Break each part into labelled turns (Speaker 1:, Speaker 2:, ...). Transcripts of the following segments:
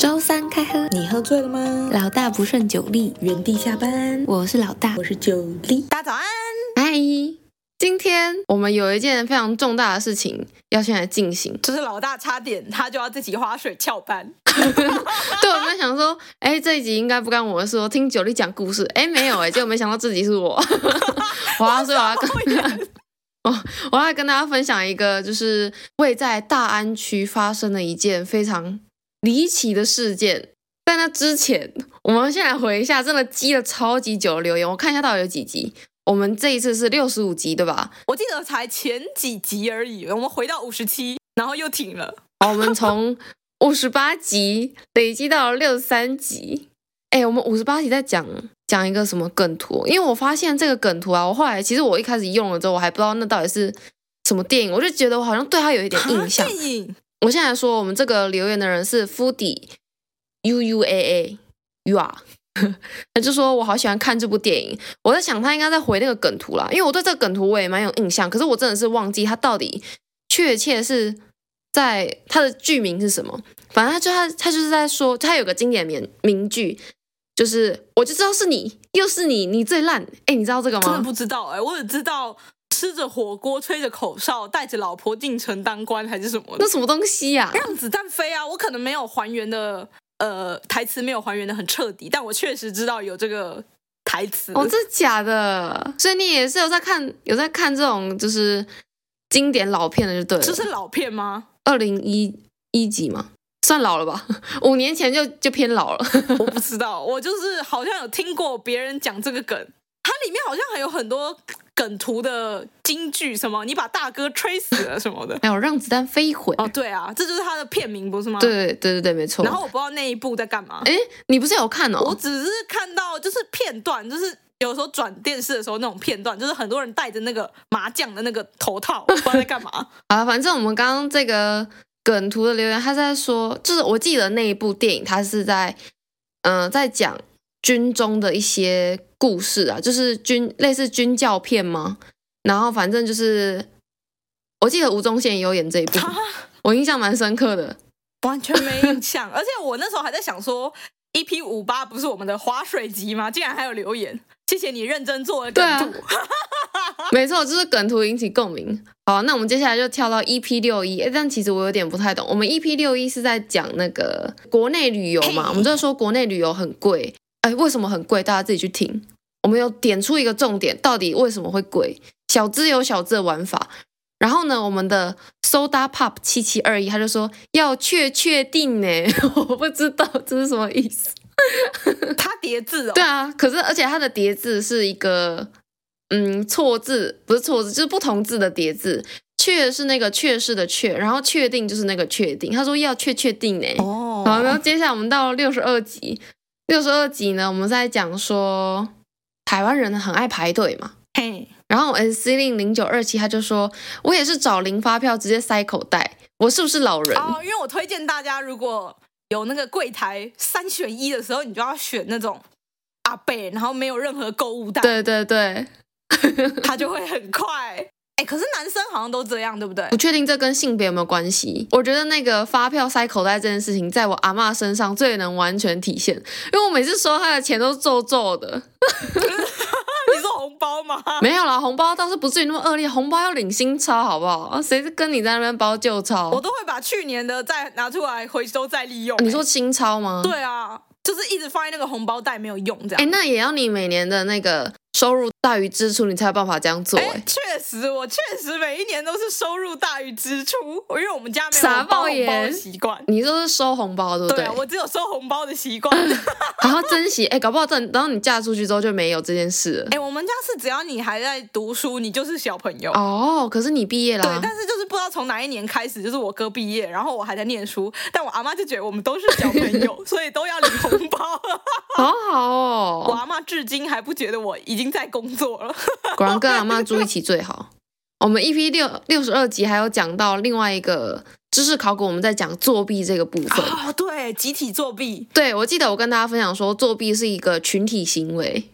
Speaker 1: 周三开喝，
Speaker 2: 你喝醉了吗？
Speaker 1: 老大不顺酒力，
Speaker 2: 原地下班，
Speaker 1: 我是老大
Speaker 2: 我，是九力。大家早安，
Speaker 3: 嗨，今天我们有一件非常重大的事情要先来进行。
Speaker 2: 就是老大差点他就要自己花水翘班，
Speaker 3: 对，我们想说，哎，这一集应该不干我的事，我哦听九力讲故事。哎，没有，哎，结果没想到自己是我。我要说，我要跟，我要跟大家分享一个，就是位在大安区发生的一件非常离奇的事件。在那之前，我们先来回一下，真的积了超级久的留言，我看一下到底有几集。我们这一次是六十五集，对吧？
Speaker 2: 我记得才前几集而已，我们回到五十七，然后又停了。
Speaker 3: 好，我们从五十八集累积到六十三集。哎，我们五十八集在讲讲一个什么梗图？因为我发现这个梗图啊，我后来其实我一开始用了之后，我还不知道那到底是什么电影，我就觉得我好像对它有一点印象
Speaker 2: 啊。电影
Speaker 3: 我现在说，我们这个留言的人是 Foodie U U A A U R，他就说我好喜欢看这部电影。我在想他应该在回那个梗图啦，因为我对这个梗图我也蛮有印象，可是我真的是忘记他到底确切是在他的剧名是什么。反正他就他他就是在说，他有个经典名名句，就是我就知道是你，又是你，你最烂。哎，你知道这个
Speaker 2: 真的
Speaker 3: 吗？
Speaker 2: 不知道哎、我只知道吃着火锅，吹着口哨，带着老婆进城当官还是什么的
Speaker 3: 那什么东西呀、
Speaker 2: 让子弹飞啊！我可能没有还原的，呃，台词没有还原的很彻底，但我确实知道有这个台词。
Speaker 3: 哦，这是假的，所以你也是有在看，有在看这种就是经典老片的，就对了。
Speaker 2: 这是老片吗？
Speaker 3: 二零一一集嘛，算老了吧？ 五年前就就偏老了。。
Speaker 2: 我不知道，我就是好像有听过别人讲这个梗，它里面好像还有很多梗图的金句，什么你把大哥吹死了什么的
Speaker 3: 还有让子弹飞一会。
Speaker 2: 哦，对啊，这就是它的片名，不是吗？。
Speaker 3: 对对对对，没错。
Speaker 2: 然后我不知道那一部在干嘛，
Speaker 3: 哎，你不是有看
Speaker 2: 我
Speaker 3: 哦？
Speaker 2: 只是看到就是片段，就是。有时候转电视的时候，那种片段就是很多人戴着那个麻将的那个头套，不知道在干嘛。，
Speaker 3: 啊，反正我们刚刚这个梗图的留言，他在说，就是我记得那一部电影，它是在嗯、呃在讲军中的一些故事啊，就是军类似军教片吗？然后反正就是，我记得吴宗宪也有演这一部 我印象蛮深刻的。
Speaker 2: 完全没印象。而且我那时候还在想说，EP 五八不是我们的划水集吗？竟然还有留言，谢谢你认真做了
Speaker 3: 对啊
Speaker 2: 梗图。
Speaker 3: 没错，就是梗图引起共鸣。好，那我们接下来就跳到 EP 六一，诶但其实我有点不太懂。我们 EP 六一是在讲那个国内旅游嘛
Speaker 2: 嘿，
Speaker 3: 我们就说国内旅游很贵，哎，为什么很贵？大家自己去听。我们有点出一个重点，到底为什么会贵？小资有小资的玩法。然后呢，我们的 Soda Pop 七七二一他就说要确确定呢， 我不知道这是什么意思。
Speaker 2: 他叠字哦，
Speaker 3: 对啊，可是而且它的叠字是一个，嗯，错字不是错字，就是不同字的叠字。确是那个确实的确，然后确定就是那个确定。他说要确确定呢、
Speaker 2: 哦
Speaker 3: 好，然后接下来我们到六十二集，六十二集呢，我们在讲说台湾人很爱排队嘛。
Speaker 2: 嘿，
Speaker 3: 然后 S C 令零九二七他就说，我也是找零发票直接塞口袋，我是不是老人？
Speaker 2: 哦，因为我推荐大家，如果有那个柜台三选一的时候，你就要选那种阿贝，然后没有任何购物袋，
Speaker 3: 对对对，
Speaker 2: 他就会很快。哎，可是男生好像都这样，对不对
Speaker 3: 不？确定这跟性别有没有关系。我觉得那个发票塞口袋这件事情，在我阿嬷身上最能完全体现，因为我每次收她的钱都皱皱的。
Speaker 2: 你说红包吗？
Speaker 3: 没有啦，红包倒是不至于那么恶劣，红包要领新钞好不好？啊谁是跟你在那边包旧钞
Speaker 2: 我？都会把去年的再拿出来回收再利用。
Speaker 3: 哦你说新钞吗？
Speaker 2: 对啊，就是一直放在那个红包袋没有用，这样
Speaker 3: 哎、。那也要你每年的那个收入大于支出，你才有办法这样做、
Speaker 2: 哎
Speaker 3: 哎，
Speaker 2: 确实，我确实每一年都是收入大于支出，因为我们家没有
Speaker 3: 傻
Speaker 2: 包
Speaker 3: 爆
Speaker 2: 红
Speaker 3: 眼
Speaker 2: 包的习惯。
Speaker 3: 你都是收红包，对不
Speaker 2: 对嗯
Speaker 3: 对？
Speaker 2: 啊，我只有收红包的习惯。
Speaker 3: 好好珍惜。哎、搞不好等等到你嫁出去之后就没有这件事了。
Speaker 2: 哎、我们家是只要你还在读书，你就是小朋友。
Speaker 3: 哦，可是你毕业啦。
Speaker 2: 对，啊但是就是不知道从哪一年开始，就是我哥毕业，然后我还在念书，但我阿妈就觉得我们都是小朋 友，所以都要领红 包。
Speaker 3: 好好哦。
Speaker 2: 我阿妈至今还不觉得我已经在工作了。
Speaker 3: 果然跟阿妈住一起最好。我们 EP 六六十二集还有讲到另外一个知识考古，我们在讲作弊这个部分。
Speaker 2: 哦，对，集体作 弊，
Speaker 3: 对，我记得我跟大家分享说，作弊是一个群体行为。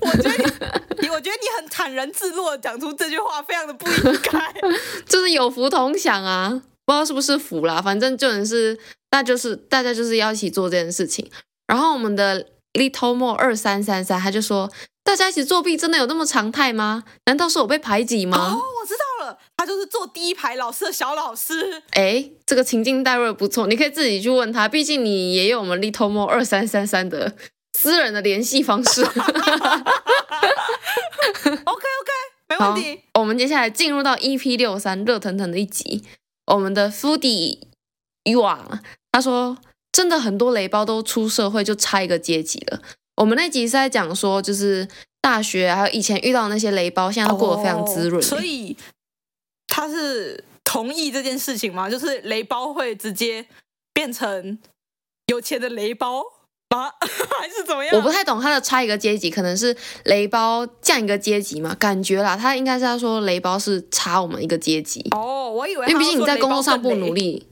Speaker 2: 我觉得你，你我觉得你 很坦然自若地讲出这句话，非常的不应该。哦
Speaker 3: 就是有福同享啊。不知道是不是福啦，反正就是大家就是大家就是要一起做这件事情。然后我们的 Little Mo 二三三三他就说，大家一起作弊真的有那么常态吗？难道是我被排挤吗？
Speaker 2: 哦，我知道了，他就是坐第一排老师的小老师。
Speaker 3: 哎，这个情境代入得不错，你可以自己去问他，毕竟你也有我们 Little Mo 二三三三的私人的联系方式。
Speaker 2: OK OK，没问
Speaker 3: 好
Speaker 2: 题。，
Speaker 3: 我们接下来进入到 EP 六三热腾腾的一集，我们的 Foodie Yuan 他说，真的很多雷包都出社会就差一个阶级了。我们那集是在讲说，就是大学还有以前遇到的那些雷包，现在都过得非常滋润、
Speaker 2: 哦所以他是同意这件事情吗？就是雷包会直接变成有钱的雷包吗？ 还是怎么样？
Speaker 3: 我不太懂他的差一个阶级，可能是雷包降一个阶级嘛，感觉啦，他应该是要说雷包是差我们一个阶级，
Speaker 2: 哦，我以为
Speaker 3: 因为
Speaker 2: 他
Speaker 3: 毕
Speaker 2: 要
Speaker 3: 竟你
Speaker 2: 说
Speaker 3: 在
Speaker 2: 雷
Speaker 3: 工作
Speaker 2: 包更
Speaker 3: 上不
Speaker 2: 雷
Speaker 3: 努，力，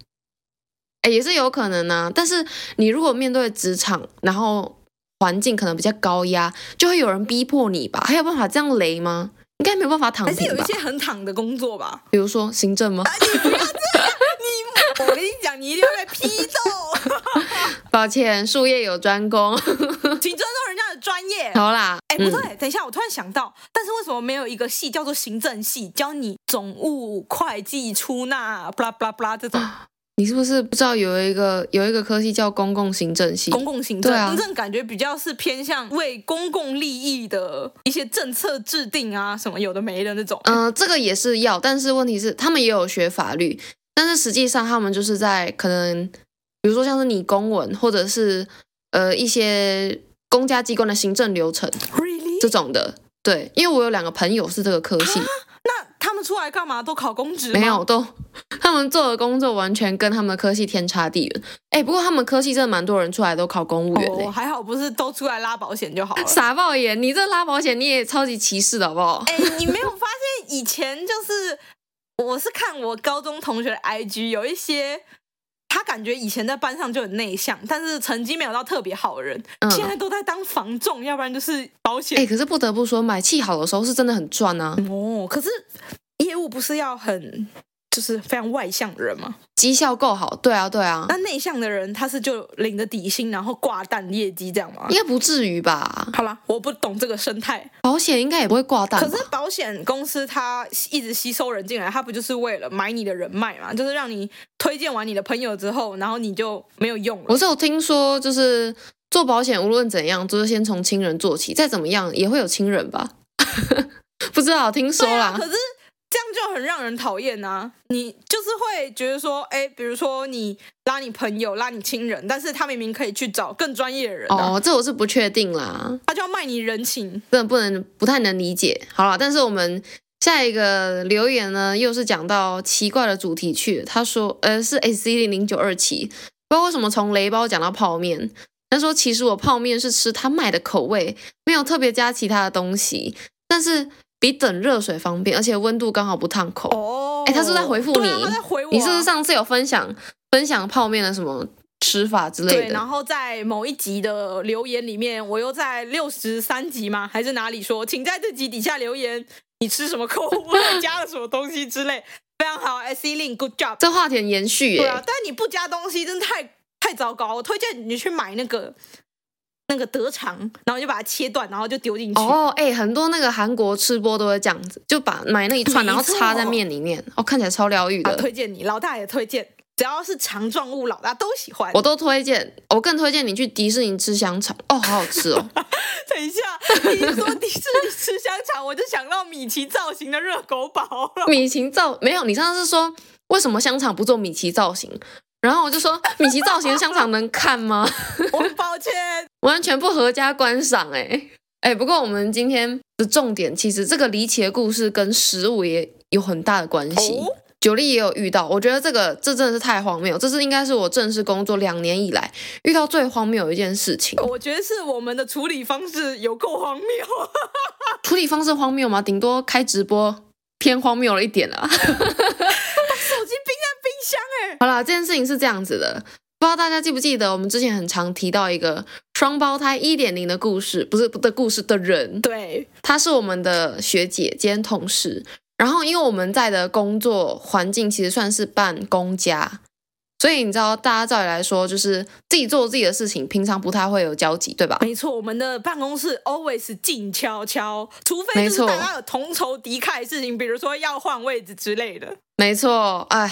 Speaker 3: 哎，也是有可能啊。但是你如果面对职场，然后环境可能比较高压，就会有人逼迫你吧？还有办法这样雷吗？应该没有办法躺
Speaker 2: 还是
Speaker 3: 平
Speaker 2: 有一
Speaker 3: 吧？
Speaker 2: 些很躺的工作吧？
Speaker 3: 比如说行政吗？
Speaker 2: 你，我跟你讲，你一定会被批斗，
Speaker 3: 抱歉，术业有专攻。
Speaker 2: 请尊重人家的专业。
Speaker 3: 好啦，嗯
Speaker 2: 哎，不对，等一下，我突然想到，但是为什么没有一个系叫做行政系，教你总务、会计、出纳、巴拉巴拉巴拉这种
Speaker 3: 你是不是不知道有一个有一个科系叫公共行政系？
Speaker 2: 公共行政？
Speaker 3: 对啊
Speaker 2: 行政感觉比较是偏向为公共利益的一些政策制定啊，什么有的没的那种。
Speaker 3: 嗯、这个也是要，但是问题是他们也有学法律，但是实际上他们就是在可能，比如说像是你公文或者是呃一些公家机关的行政流程
Speaker 2: Really？
Speaker 3: 这种的。对，因为我有两个朋友是这个科系，
Speaker 2: 那他们出来干嘛？都考公啊职吗？
Speaker 3: 没有都，他们做的工作完全跟他们科系天差地远。哎，不过他们科系真的蛮多人出来都考公务员嘞、
Speaker 2: 哦，还好不是都出来拉保险就好了。
Speaker 3: 傻爆眼！你这拉保险你也超级歧视的好不好？
Speaker 2: 哎、你没有发现以前就是，我是看我高中同学的 IG，有一些他感觉以前在班上就很内向，但是成绩没有到特别好的人，
Speaker 3: 嗯
Speaker 2: 现在都在当房仲，要不然就是保险。
Speaker 3: 哎，可是不得不说，买气好的时候是真的很赚啊。
Speaker 2: 哦，可是业务不是要很就是非常外向的人吗？
Speaker 3: 绩效够好，对啊，对啊，
Speaker 2: 那内向的人他是就领着底薪，然后挂蛋业绩这样吗
Speaker 3: 应？该不至于吧？
Speaker 2: 好啦，我不懂这个生态。
Speaker 3: 保险应该也不会挂单
Speaker 2: 可
Speaker 3: 吧。
Speaker 2: 是保险公司它一直吸收人进来，它不就是为了买你的人脉嘛？就是让你推荐完你的朋友之后，然后你就没有用了
Speaker 3: 我。是有听说，就是做保险无论怎样，就是先从亲人做起，再怎么样也会有亲人吧？ 不知道，听说
Speaker 2: 对啊
Speaker 3: 啦，
Speaker 2: 可。是这样就很让人讨厌啊！你就是会觉得说，哎，比如说你拉你朋友、拉你亲人，但是他明明可以去找更专业的人、啊，
Speaker 3: 哦，这我是不确定啦，
Speaker 2: 他就要卖你人情。
Speaker 3: 真的不能不太能理解。好啦，但是我们下一个留言呢，又是讲到奇怪的主题去了。他说，呃，是 S 一零零九二七，不知道为什么从雷包讲到泡面。他说，其实我泡面是吃他卖的口味，没有特别加其他的东西，但是比等热水方便，而且温度刚好不烫口。
Speaker 2: 哦
Speaker 3: 哎他是不是在回复
Speaker 2: 对啊
Speaker 3: 你
Speaker 2: 他在回我啊、
Speaker 3: 你是不是上次有分享分享泡面的什么吃法之类
Speaker 2: 对，
Speaker 3: 的
Speaker 2: 然？后在某一集的留言里面，我又在六十三集吗？还是哪里说，请在这集底下留言，你吃什么口味， 加了什么东西之类，非常好，S E Lin good job。
Speaker 3: 这话题很延续耶、
Speaker 2: 对啊，但你不加东西真的太太糟糕，我推荐你去买那个那个德肠，然后就把它切断，然后就丢进去。
Speaker 3: 哦，哎、很多那个韩国吃播都会这样子，就把买那一串，
Speaker 2: 没
Speaker 3: 然
Speaker 2: 错
Speaker 3: 后插在面里面，哦，看起来超疗愈
Speaker 2: 啊，
Speaker 3: 的，
Speaker 2: 推荐你，老大也推荐，只要是肠状物，老大都喜欢。
Speaker 3: 我都推荐。我更推荐你去迪士尼吃香肠，哦，好好吃 哦。
Speaker 2: 等一下，你一说迪士尼吃香肠，我就想到米奇造型的热狗堡了。
Speaker 3: 米奇造没有，你上次说为什么香肠不做米奇造型？然后我就说，米奇造型的香肠能看吗？
Speaker 2: 我很抱歉，
Speaker 3: 完全不合家观赏哎、欸、 哎、不过我们今天的重点，其实这个离奇的故事跟食物也有很大的关系。
Speaker 2: 哦
Speaker 3: 九莉也有遇到，我觉得这个这真的是太荒谬，这是应该是我正式工作两年以来遇到最荒谬的一件事情。
Speaker 2: 我觉得是我们的处理方式有够荒谬。
Speaker 3: 处理方式荒谬吗？顶多开直播偏荒谬了一点 啦。
Speaker 2: 手机冰在冰箱哎、
Speaker 3: 好啦，这件事情是这样子的，不知道大家记不记得我们之前很常提到一个双胞胎一点零的故事，不是的故事的人，
Speaker 2: 对，
Speaker 3: 她是我们的学姐兼同事。然后因为我们在的工作环境其实算是半公家，所以你知道，大家照理来说就是自己做自己的事情，平常不太会有交集，对吧？
Speaker 2: 没错，我们的办公室 always 静悄悄，除非
Speaker 3: 没
Speaker 2: 就是
Speaker 3: 错
Speaker 2: 大家有同仇敌忾的事情，比如说要换位置之类的。
Speaker 3: 没错，哎，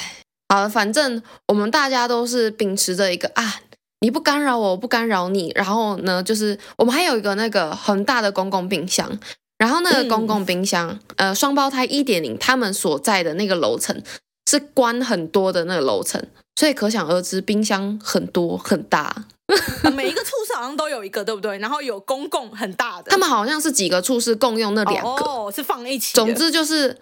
Speaker 3: 好了，反正我们大家都是秉持着一个啊，你不干扰我，我不干扰你。然后呢，就是我们还有一个那个很大的公共冰箱，然后那个公共冰箱，呃，双胞胎一点零他们所在的那个楼层是关很多的那个楼层，所以可想而知，冰箱很多很大。
Speaker 2: 呃每一个处室好像都有一个，对不对？然后有公共很大的，
Speaker 3: 他们好像是几个处室共用那两个，
Speaker 2: 哦是放一起的。
Speaker 3: 总之就是，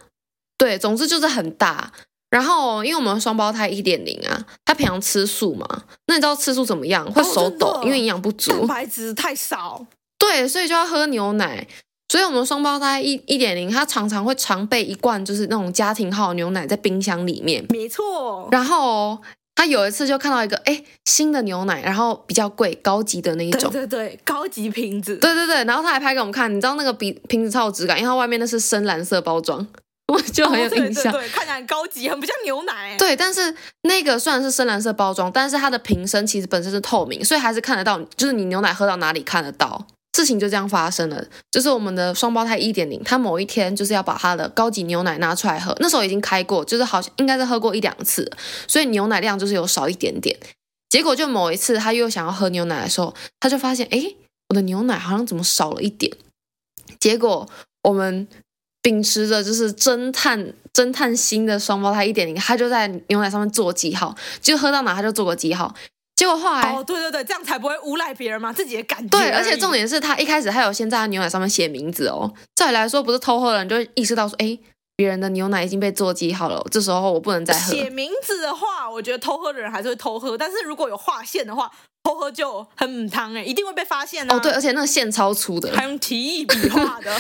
Speaker 3: 对，总之就是很大。然后，因为我们双胞胎一点零啊，他平常吃素嘛，那你知道吃素怎么样？会
Speaker 2: 哦
Speaker 3: 手
Speaker 2: 真的
Speaker 3: 抖，
Speaker 2: 哦
Speaker 3: 因为营养不足。
Speaker 2: 蛋白质太少，
Speaker 3: 对，所以就要喝牛奶。所以我们双胞胎一一点零，他常常会常备一罐就是那种家庭号牛奶在冰箱里面。
Speaker 2: 没错。
Speaker 3: 然后哦他有一次就看到一个哎新的牛奶，然后比较贵高级的那一
Speaker 2: 对
Speaker 3: 种。
Speaker 2: 对对，高级瓶子，
Speaker 3: 对对对，然后他还拍给我们看，你知道那个瓶瓶子超有质感，因为它外面那是深蓝色包装， 我就
Speaker 2: 哦，
Speaker 3: 很有
Speaker 2: 对
Speaker 3: 印象。
Speaker 2: 对对，看起来很高级，很不像牛奶。，
Speaker 3: 对，但是那个虽然是深蓝色包装，但是它的瓶身其实本身是透明，所以还是看得到，就是你牛奶喝到哪里看得到。事情就这样发生了，就是我们的双胞胎一点零，他某一天就是要把他的高级牛奶拿出来喝，那时候已经开过，就是好像应该是喝过一两次了，所以牛奶量就是有少一点点。结果就某一次他又想要喝牛奶的时候，他就发现，诶，我的牛奶好像怎么少了一点。结果我们秉持着就是侦探侦探心的双胞胎一点零，他就在牛奶上面做记号，就喝到哪他就做个记号。结果后来、
Speaker 2: 哦，对对对，这样才不会诬赖别人嘛，自己的感觉。
Speaker 3: 对，而且重。点是他一开始还有先在他牛奶上面写名字哦。照理来说，不是偷喝了，你就会意识到说，哎，别人的牛奶已经被做记号了，这时候我不能再喝。
Speaker 2: 写名字的话，我觉得偷喝的人还是会偷喝，但是如果有划线的话，偷喝就很母汤哎，一定会被发现啊。
Speaker 3: 哦，对，，而且那个线超粗的，
Speaker 2: 还用奇异笔画 的，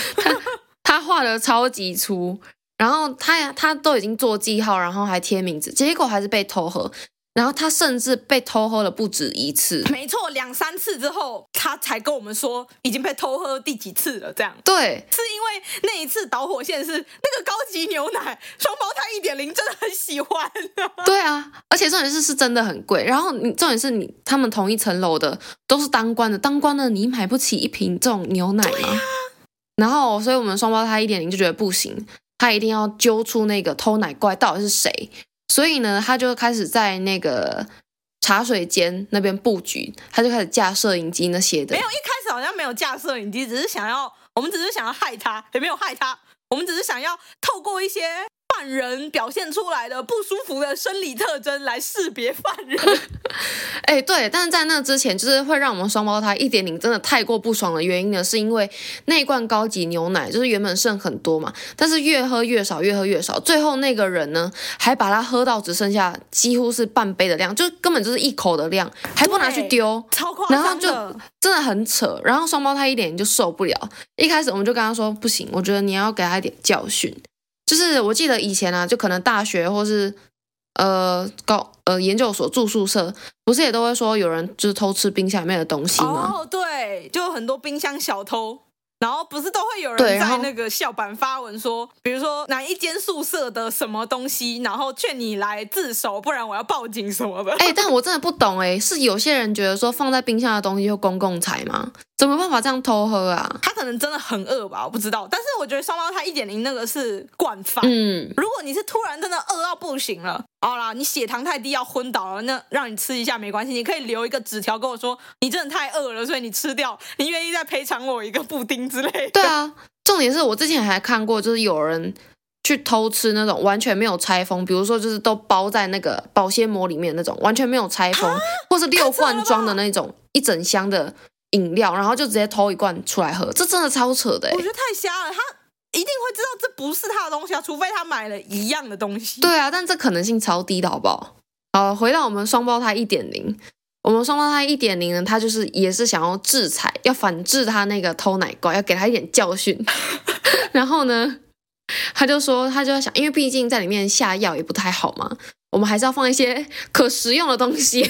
Speaker 3: 他画的超级粗，然后他他都已经做记号，然后还贴名字，结果还是被偷喝。然后他甚至被偷喝了不止一次。
Speaker 2: 没错，两三次之后，他才跟我们说已经被偷喝第几次了，这样。
Speaker 3: 对，
Speaker 2: 是因为那一次导火线是那个高级牛奶双胞胎一点零真的很喜欢、
Speaker 3: 对啊，而且重点是是真的很贵。然后你重点是你他们同一层楼的都是当官的，当官的你买不起一瓶这种牛奶吗？然后，所以我们双胞胎一点零就觉得不行，他一定要揪出那个偷奶怪到底是谁。所以呢，他就开始在那个茶水间那边布局，他就开始架摄影机那些的
Speaker 2: 没。有，一开始好像没有架摄影机，只是想要，我们只是想要害他，也没有害他，我们只是想要透过一些犯人表现出来的不舒服的生理特征来识别犯人。
Speaker 3: 哎，对，但是在那之前，就是会让我们双胞胎一点零真的太过不爽的原因呢，是因为那一罐高级牛奶就是原本剩很多嘛，但是越喝越少，越喝越少，最后那个人呢，还把它喝到只剩下几乎是半杯的量，就根本就是一口的量，还不拿去
Speaker 2: 对
Speaker 3: 丢。
Speaker 2: 超夸
Speaker 3: 然后
Speaker 2: 张
Speaker 3: 就
Speaker 2: 的，
Speaker 3: 真的很扯，然后双胞胎一点就受不了。一开始我们就跟他说不行，我觉得你要给他一点教训。就是我记得以前啊，就可能大学或是呃高呃研究所住宿舍，不是也都会说有人就是偷吃冰箱里面的东西吗？
Speaker 2: 哦，对，就有很多冰箱小偷。然后不是都会有人
Speaker 3: 对然后
Speaker 2: 在那个校版发文说，比如说哪一间宿舍的什么东西，然后劝你来自首，不然我要报警什么的。
Speaker 3: 哎、但我真的不懂哎、是有些人觉得说放在冰箱的东西就公共财吗？怎么办法这样偷喝啊？
Speaker 2: 他可能真的很饿吧，我不知道。但是我觉得双胞胎一点零那个是惯犯。
Speaker 3: 嗯，
Speaker 2: 如果你是突然真的饿到不行了，好啦，你血糖太低要昏倒了，那让你吃一下没关系，你可以留一个纸条跟我说你真的太饿了，所以你吃掉，你愿意再赔偿我一个布丁之类的。
Speaker 3: 对啊，重点是我之前还看过，就是有人去偷吃那种完全没有拆封，比如说就是都包在那个保鲜膜里面那种，完全没有拆封，或是六罐装啊的那种一整箱的饮料，然后就直接偷一罐出来喝，这真的超扯的、
Speaker 2: 我觉
Speaker 3: 欸。
Speaker 2: 得太瞎了，他一定会知道这不是他的东西啊，除非他买了一样的东西。
Speaker 3: 对啊，但这可能性超低的好不好？好，回到我们双胞胎一点零。我们双胞胎一点零呢，他就是也是想要制裁，要反制他那个偷奶怪，要给他一点教训。 然后呢，他就说，他就在想，因为毕竟在里面下药也不太好嘛，我们还是要放一些可食用的东西。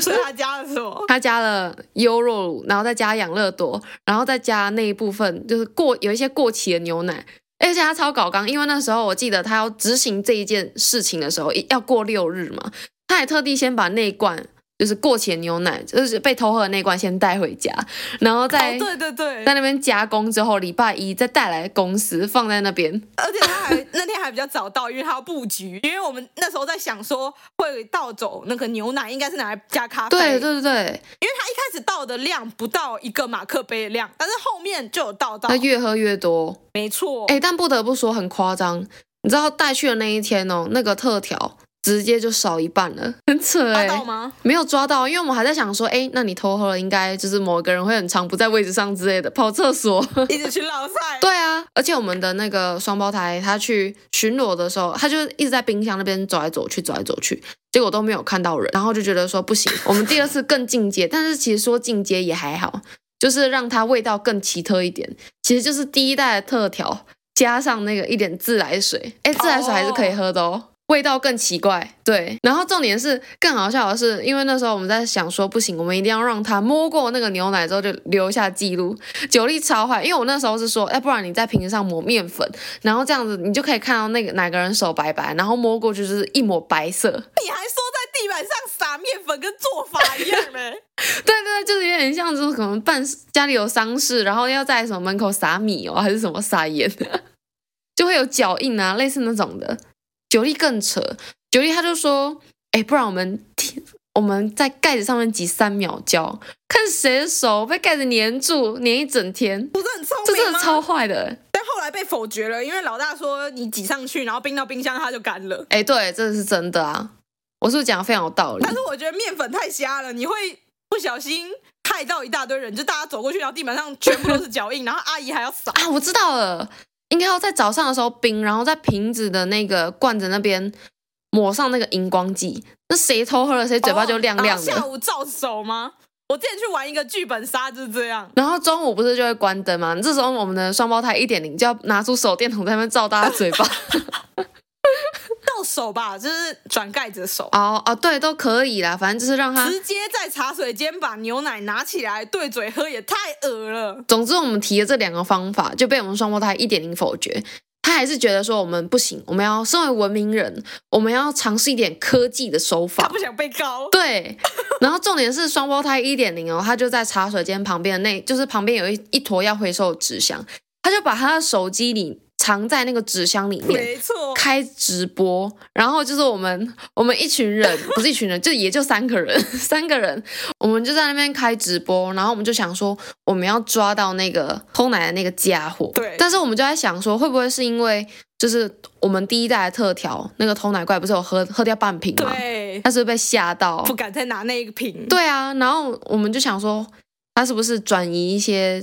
Speaker 2: 所以他加了什么？
Speaker 3: 他加了优酪乳，然后再加养乐多，然后再加那一部分就是过有一些过期的牛奶，而且他超搞纲，因为那时候我记得他要执行这一件事情的时候，一要过六日嘛，他还特地先把那一罐就是过期的牛奶，就是被偷喝的那一罐先带回家，然后
Speaker 2: 哦，
Speaker 3: 再、
Speaker 2: 对对对
Speaker 3: 在，那边加工之后，礼拜一再带来公司放在那边。
Speaker 2: 而且他还那天还比较早到，因为他要布局，因为我们那时候在想说会倒走那个牛奶，应该是拿来加咖啡，
Speaker 3: 对对对对，
Speaker 2: 因为他一开始倒的量不到一个马克杯的量，但是后面就有倒到
Speaker 3: 他，越喝越多。
Speaker 2: 没错，
Speaker 3: 哎、但不得不说很夸张，你知道带去的那一天哦，那个特调直接就少一半了， 很扯
Speaker 2: 抓
Speaker 3: 哎、
Speaker 2: 到 吗？
Speaker 3: 没有抓到，因为我们还在想说，哎，那你偷喝了，应该就是某个人会很常不在位置上之类的，跑厕所。
Speaker 2: 一直去老赛，
Speaker 3: 对啊，而且我们的那个双胞胎，他去巡逻的时候，他就一直在冰箱那边走来走去，走来走去，结果都没有看到人，然后就觉得说不行，我们第二次更进阶，但是其实说进阶也还好，就是让它味道更奇特一点，其实就是第一代的特调加上那个一点自来水，哎，自来水还是可以喝的哦。味道更奇怪，对。然后重点是更好笑的是，因为那时候我们在想说，不行，我们一定要让他摸过那个牛奶之后就留下记录，酒力超坏，因为我那时候是说，哎，不然你在瓶子上抹面粉，然后这样子你就可以看到那个哪个人手白白，然后摸过去就是一抹白色。
Speaker 2: 你还说在地板上撒面粉跟做法一 样欸呢，
Speaker 3: 对对对，就是有点像，就是可能办家里有丧事，然后要在什么门口撒米哦，还是什么撒盐， 就会有脚印啊，类似那种的。酒力更扯，酒力他就说，哎，不然我们我们在盖子上面挤三秒胶，看谁的手被盖子粘住，粘一整天，
Speaker 2: 不是很聪
Speaker 3: 这
Speaker 2: 明
Speaker 3: 真
Speaker 2: 吗
Speaker 3: 的？超坏的。欸
Speaker 2: 但后来被否决了，因为老大说你挤上去，然后冰到冰箱它就干 了。
Speaker 3: 哎，对，这是真的啊！我是不是讲的非常有道理
Speaker 2: 但？是我觉得面粉太瞎了，你会不小心害到一大堆人，就大家走过去，然后地板上全部都是脚 印，然后阿姨还要扫。
Speaker 3: 啊，我知道了，应该要在早上的时候冰，然后在瓶子的那个罐子那边抹上那个荧光剂。那谁偷喝了，谁
Speaker 2: 哦
Speaker 3: 嘴巴就亮亮的。
Speaker 2: 然后下午照手吗？我之前去玩一个剧本杀就是这样，
Speaker 3: 然后中午不是就会关灯吗？这时候我们的双胞胎一点零就要拿出手电筒在那边照大家嘴巴。
Speaker 2: 到手吧，就是转盖子的手。
Speaker 3: 哦哦，对，都可以啦，反正就是让他。
Speaker 2: 直接在茶水间把牛奶拿起来对嘴喝，也太恶了。
Speaker 3: 总之，我们提的这两个方法就被我们双胞胎一点零否决。他还是觉得说我们不行，我们要身为文明人，我们要尝试一点科技的手
Speaker 2: 他
Speaker 3: 法
Speaker 2: 不。想被告，
Speaker 3: 对，然后重点是双胞胎一点零哦，他就在茶水间旁边的那，就是旁边有一一坨要回收的纸箱，他就把他的手机里藏在那个纸箱里面。
Speaker 2: 没错，
Speaker 3: 开直播，然后就是我们我们一群人，不是一群人，就也就三个人，三个人，我们就在那边开直播，然后我们就想说我们要抓到那个偷奶的那个家伙，
Speaker 2: 对
Speaker 3: 但是我们就在想说会不会是因为就是我们第一代的特调那个偷奶怪不是有喝喝掉半瓶吗？
Speaker 2: 对，
Speaker 3: 他是不是被吓到？
Speaker 2: 不敢再拿那一瓶。，
Speaker 3: 对啊，然后我们就想说他是不是转移一些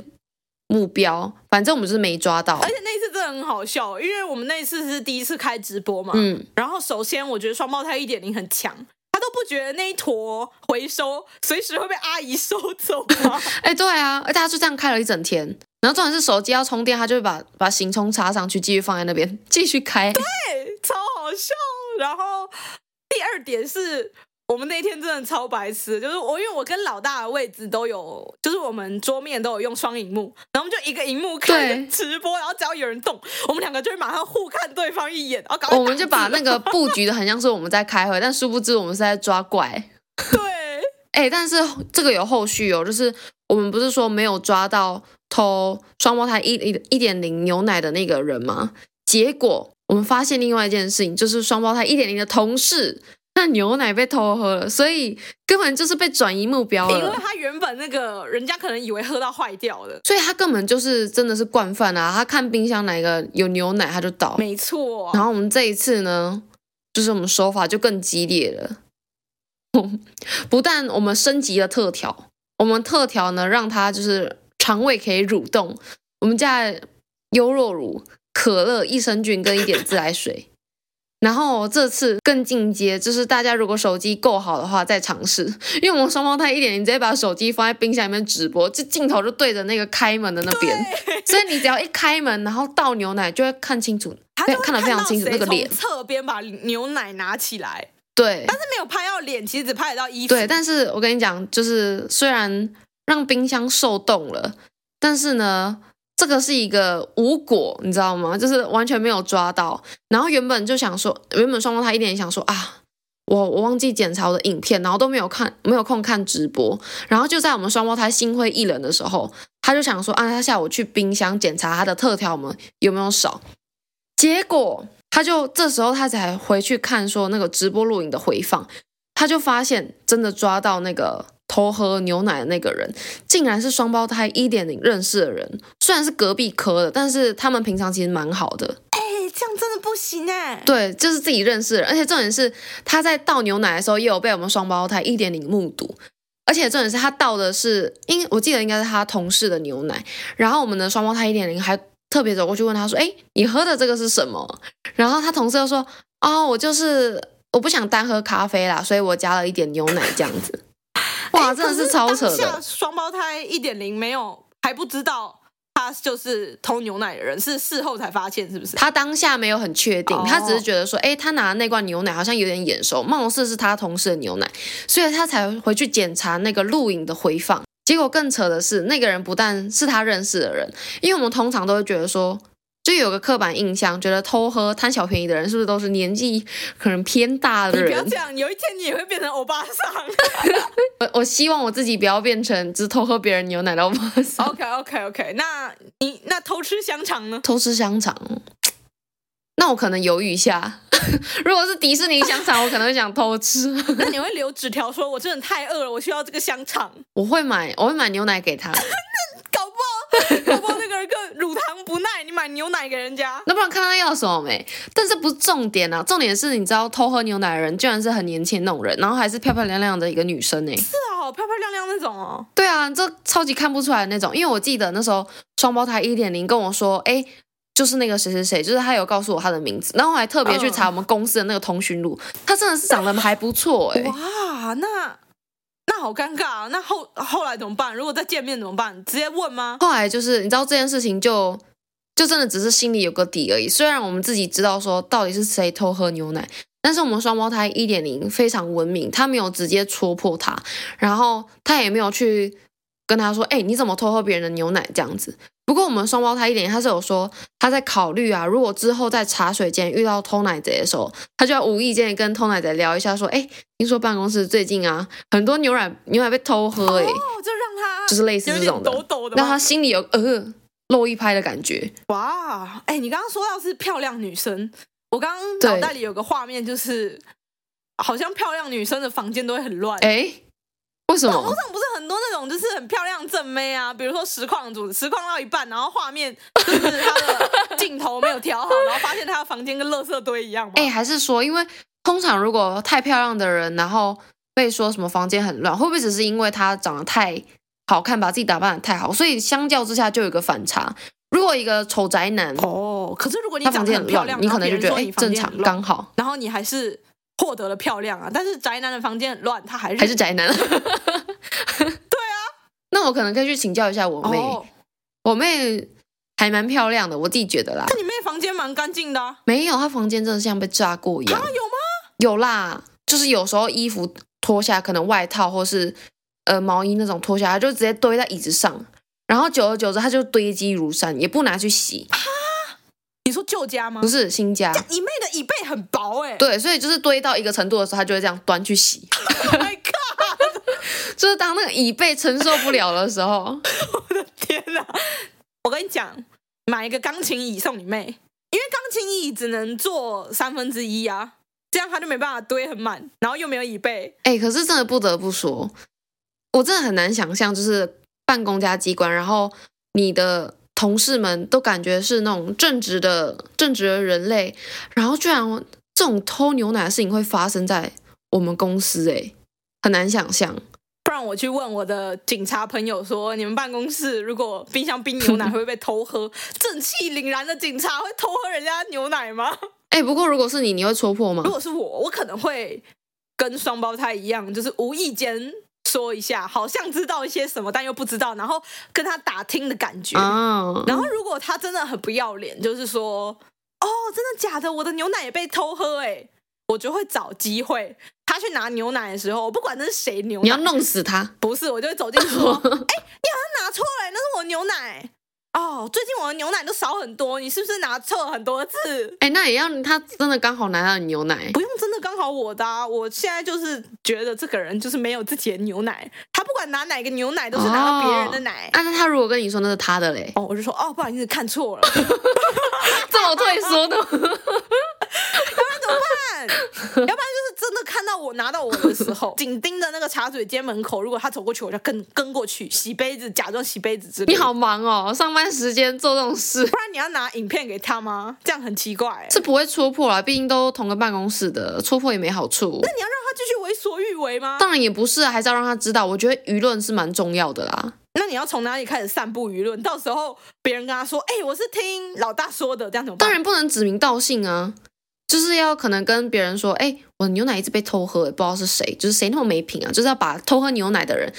Speaker 3: 目标，反正我们就是没抓到
Speaker 2: 而，且那一次真的很好笑，因为我们那一次是第一次开直播嘛。
Speaker 3: 嗯。
Speaker 2: 然后首先我觉得双胞胎一点零很强，他都不觉得那一坨回收随时会被阿姨收走吗？
Speaker 3: 哎、对啊，而且他就这样开了一整天，然后重点是手机要充电，他就会把把行充插上去，继续放在那边继续开。
Speaker 2: 啊超好笑。然后第二点是我们那天真的超白痴，就是我因为我跟老大的位置都有，就是我们桌面都有用双荧幕，然后我们就一个荧幕
Speaker 3: 对
Speaker 2: 看直播，然后只要有人动，我们两个就会马上互看对方一眼，然后赶快
Speaker 3: 我们就把
Speaker 2: 打字
Speaker 3: 那个布局的很像是我们在开会，但殊不知我们是在抓怪。
Speaker 2: 对。
Speaker 3: 哎、但是这个有后续哦，就是我们不是说没有抓到偷双胞胎一一一点零牛奶的那个人吗？结果我们发现另外一件事情，就是双胞胎一点零的同事。那牛奶被偷喝了，所以根本就是被转移目标了。
Speaker 2: 因为他原本那个人家可能以为喝到坏掉了，
Speaker 3: 所以他根本就是真的是惯犯啊！他看冰箱哪个有牛奶他就倒。
Speaker 2: 没错。
Speaker 3: 哦然后我们这一次呢，就是我们手法就更激烈了。 不但我们升级了特调，我们特调呢让它就是肠胃可以蠕动，我们加了优酪乳、可乐、益生菌跟一点自来水。然后这次更进阶，就是大家如果手机够好的话再尝试，因为我们双胞胎一点零直接把手机放在冰箱里面直播，这镜头就对着那个开门的那边，所以你只要一开门，然后倒牛奶就会看清楚，
Speaker 2: 他
Speaker 3: 非
Speaker 2: 就会
Speaker 3: 看得非常清楚
Speaker 2: 看
Speaker 3: 那
Speaker 2: 到
Speaker 3: 个
Speaker 2: 谁
Speaker 3: 脸
Speaker 2: 从，侧边把牛奶拿起来，
Speaker 3: 对
Speaker 2: 但是没有拍到脸，其实只拍得到衣服。
Speaker 3: 对。但是我跟你讲，就是虽然让冰箱受冻了，但是呢，这个是一个无果，你知道吗？就是完全没有抓到。然后原本就想说，原本双胞胎一点也想说啊，我我忘记检查我的影片，然后都没有看，没有空看直播。然后就在我们双胞胎心灰意冷的时候，他就想说啊，他下午去冰箱检查他的特调我们有没有少。结果他就这时候他才回去看说那个直播录影的回放，他就发现真的抓到那个偷喝牛奶的那个人，竟然是双胞胎一点零认识的人。虽然是隔壁科的，但是他们平常其实蛮好的。
Speaker 2: 哎，这样真的不行哎。
Speaker 3: 对，就是自己认识的人，而且重点是他在倒牛奶的时候，也有被我们双胞胎一点零目睹。而且重点是他倒的是，因我记得应该是他同事的牛奶，然后我们的双胞胎一点零还特别走过去问他说：“哎，你喝的这个是什么？”然后他同事就说：“哦，我就是我不想单喝咖啡啦，所以我加了一点牛奶这样子。”哇，
Speaker 2: 哎
Speaker 3: 真的
Speaker 2: 可是
Speaker 3: 超扯
Speaker 2: 当下
Speaker 3: 的！
Speaker 2: 双胞胎一点零没有还不知道他就是偷牛奶的人，是事后才发现是不是？
Speaker 3: 他当下没有很确定
Speaker 2: 哦，
Speaker 3: 他只是觉得说，哎、他拿的那罐牛奶好像有点眼熟，貌似是他同事的牛奶，所以他才回去检查那个录影的回放。结果更扯的是，那个人不但是他认识的人，因为我们通常都会觉得说，就有个刻板印象，觉得偷喝贪小便宜的人是不是都是年纪可能偏大的
Speaker 2: 你不要
Speaker 3: 人
Speaker 2: 这？样，有一天你也会变成欧巴 桑。
Speaker 3: 我我希望我自己不要变成只偷喝别人牛奶的欧巴 桑，
Speaker 2: OK OK OK，那你那偷吃香肠呢？
Speaker 3: 偷吃香肠。那我可能犹豫一下， 如果是迪士尼香肠，我可能会想偷吃。
Speaker 2: 那你会留纸条说，我真的太饿了，我需要这个香肠。
Speaker 3: 我会买，我会买牛奶给他，
Speaker 2: 搞不好，搞不好那个人更乳糖不耐，你买牛奶给人家。
Speaker 3: 那不然看他要什么没？但这不是重点啊，重点是你知道偷喝牛奶的人居然是很年轻的那种人，然后还是漂漂亮亮的一个女生呢、欸
Speaker 2: 是哦，漂漂亮亮那种哦。
Speaker 3: 对啊，这超级看不出来的那种，因为我记得那时候双胞胎一点零跟我说，哎、就是那个谁谁谁，就是他有告诉我他的名字，然后我还特别去查我们公司的那个通讯录，他真的是长得还不错哎、
Speaker 2: 哇，那那好尴尬、啊。那后后来怎么办？如果再见面怎么办？直接问吗？
Speaker 3: 后来就是你知道这件事情就就真的只是心里有个底而已。虽然我们自己知道说到底是谁偷喝牛奶，但是我们双胞胎一点零非常文明，他没有直接戳破他，然后他也没有去跟他说：“哎、你怎么偷喝别人的牛奶？”这样子。不过我们双胞胎一点零他是有说他在考虑啊，如果之后在茶水间遇到偷奶贼的时候，他就要无意间跟偷奶贼聊一下，说：“哎、听说办公室最近啊很多牛奶牛奶被偷喝、欸，
Speaker 2: 哦，就让他
Speaker 3: 就是类似这种的
Speaker 2: 有点抖抖的吗。
Speaker 3: 让他心里有呃漏一拍的感觉。
Speaker 2: 哇，哎、你刚刚说到是漂亮女生，我刚
Speaker 3: 对
Speaker 2: 刚脑袋里有个画面，就是好像漂亮女生的房间都会很乱。
Speaker 3: 哎，为 什
Speaker 2: 网络
Speaker 3: 么？
Speaker 2: 上不是很多那种就是很漂亮正妹啊，比如说实况组，实况到一半，然后画面就是她的镜头没有调好，然后发现她的房间跟垃圾堆一样嘛。
Speaker 3: 哎，还是说，因为通常如果太漂亮的人，然后被说什么房间很乱，会不会只是因为她长得太好看，把自己打扮的太好，所以相较之下就有一个反差？如果一个丑宅男，
Speaker 2: 哦，可是如果你
Speaker 3: 他
Speaker 2: 长
Speaker 3: 房
Speaker 2: 得
Speaker 3: 间
Speaker 2: 很
Speaker 3: 很
Speaker 2: 漂亮，
Speaker 3: 乱，你
Speaker 2: 然
Speaker 3: 可
Speaker 2: 后别
Speaker 3: 能就
Speaker 2: 人
Speaker 3: 觉得
Speaker 2: 说
Speaker 3: 哎
Speaker 2: 你，房
Speaker 3: 正
Speaker 2: 间很
Speaker 3: 常
Speaker 2: 乱
Speaker 3: 刚好，
Speaker 2: 然后你还是获得了漂亮啊，但是宅男的房间很乱，他还是
Speaker 3: 还是 宅男。对啊，那我可能可以去请教一下我妹，
Speaker 2: 啊哦，
Speaker 3: 我妹还蛮漂亮的，我自己觉得啦。
Speaker 2: 你妹房间蛮干净的、啊，
Speaker 3: 没有，她房间真的像被炸过一样。
Speaker 2: 有吗？
Speaker 3: 有啦，就是有时候衣服脱下，可能外套或是呃毛衣那种脱下，它就直接堆在椅子上，然后久而久之，它就堆积如山，也不拿去洗。
Speaker 2: 你说旧家吗
Speaker 3: 不？是新家，
Speaker 2: 你妹的椅背很薄哎、
Speaker 3: 对，所以就是堆到一个程度的时候，它就会这样端去 洗。
Speaker 2: Oh my god！
Speaker 3: 就是当那个椅背承受不了的时候，
Speaker 2: 天哪！我跟你讲，买一个钢琴椅送你妹，因为钢琴椅只能坐三分之一啊，这样她就没办法堆很满，然后又没有椅背。
Speaker 3: 哎、可是真的不得不说，我真的很难想象，就是办公加机关，然后你的同事们都感觉是那种正直的正直的人类，然后居然这种偷牛奶的事情会发生在我们公司、哎，很难想象。
Speaker 2: 不然我去问我的警察朋友说，你们办公室如果冰箱冰牛奶会不会被偷喝？正气凛然的警察会偷喝人家牛奶吗？
Speaker 3: 哎、不过如果是你，你会戳破吗
Speaker 2: 如？果是我，我可能会跟双胞胎一样，就是无意间说一下，好像知道一些什么，但又不知道，然后跟他打听的感觉。
Speaker 3: 啊，
Speaker 2: 然后如果他真的很不要脸，就是说，哦，真的假的，我的牛奶也被偷喝、哎，我就会找机会。他去拿牛奶的时候，我不管那是谁牛
Speaker 3: 你要
Speaker 2: 奶，
Speaker 3: 弄死他，
Speaker 2: 欸不是，我就会走进去说，哎、你好像拿错了、那是我牛奶。哦，最近我的牛奶都少很多，你是不是拿错了很多次？
Speaker 3: 哎，那也要他真的刚好拿到你牛奶
Speaker 2: 不，用，真的刚好我的、啊，我现在就是觉得这个人就是没有自己的牛奶，他不管拿哪个牛奶都是拿到别人的奶。
Speaker 3: 啊，那他如果跟你说那是他的嘞，
Speaker 2: 哦，我就说哦，不好意思，看错了，
Speaker 3: 这么退缩的，
Speaker 2: 看，要不然就是真的看到我拿到我的时候，紧盯着那个茶水间门口，如果他走过去，我就跟跟过去洗杯子，假装洗杯子之类的。
Speaker 3: 你好忙哦，上班时间做这种事
Speaker 2: 不然你要拿影片给他吗？这样很奇怪、欸。
Speaker 3: 是不会戳破啦，毕竟都同个办公室的，戳破也没好处。
Speaker 2: 你要让他继续为所欲为吗？
Speaker 3: 当然也不是啊，还是要让他知道，我觉得舆论是蛮重要的啦。
Speaker 2: 那你要从哪里开始散布舆论？到时候别人跟他说：“哎、我是听老大说的。”这样怎么办？
Speaker 3: 当然不能指名道姓啊，就是要可能跟别人说，哎、我的牛奶一直被偷喝、不知道是谁，就是谁那么没品啊，就是要把偷喝牛奶的人